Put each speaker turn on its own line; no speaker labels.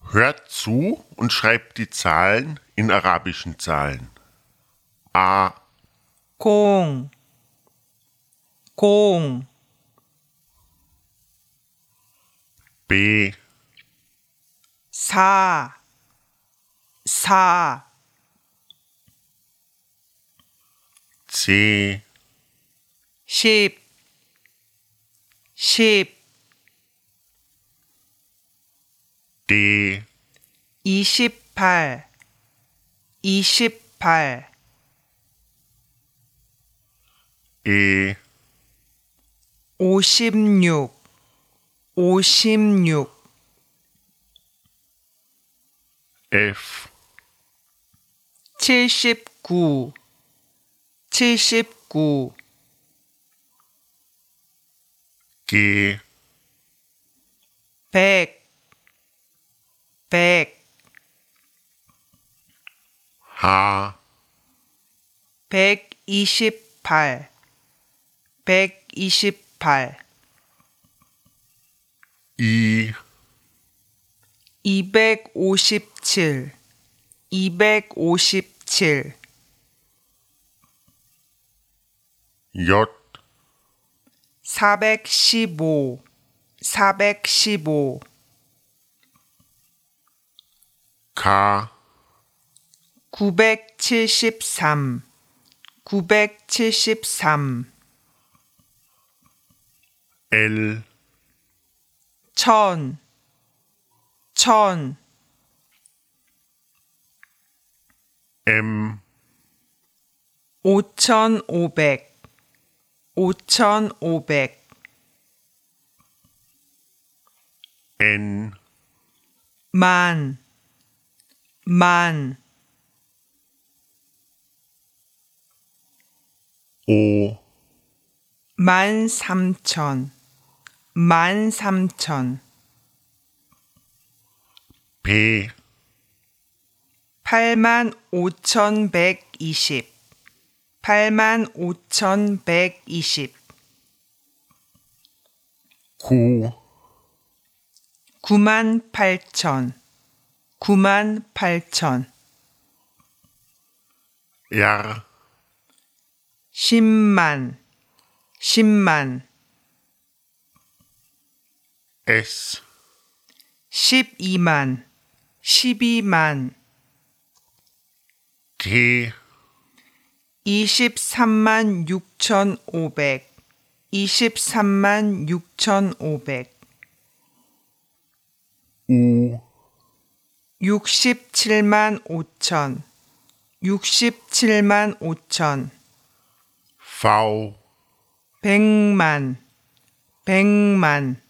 Hört zu und schreibt die Zahlen in arabischen Zahlen. A,
공, 공,
B,
사, 사,
C,
십, 십,
D,
이십팔, 이십팔,
E,
오십육, 오십육,
F,
칠십구, 칠십구,
G,
백, 백,
H,
백이십팔, 백이십팔,
I,
이백오십칠, 이백오십칠,
J,
사백십오, 사백십오,
K,
구백칠십삼, 구백칠십삼,
L,
천, 천,
M,
오천오백, 오천오백,
N,
만, 만,
O,
만 삼천, 만 삼천,
P,
팔만 오천백이십, 팔만 오천백이십,
Q,
구만 팔천, 구만 팔천,
R,
십만, 십만,
S,
십이만, 십이만,
T,
이십삼만 육천오백, 이십삼만 육천오백,
U,
67만 5천 67만 5천
V,
100만 100만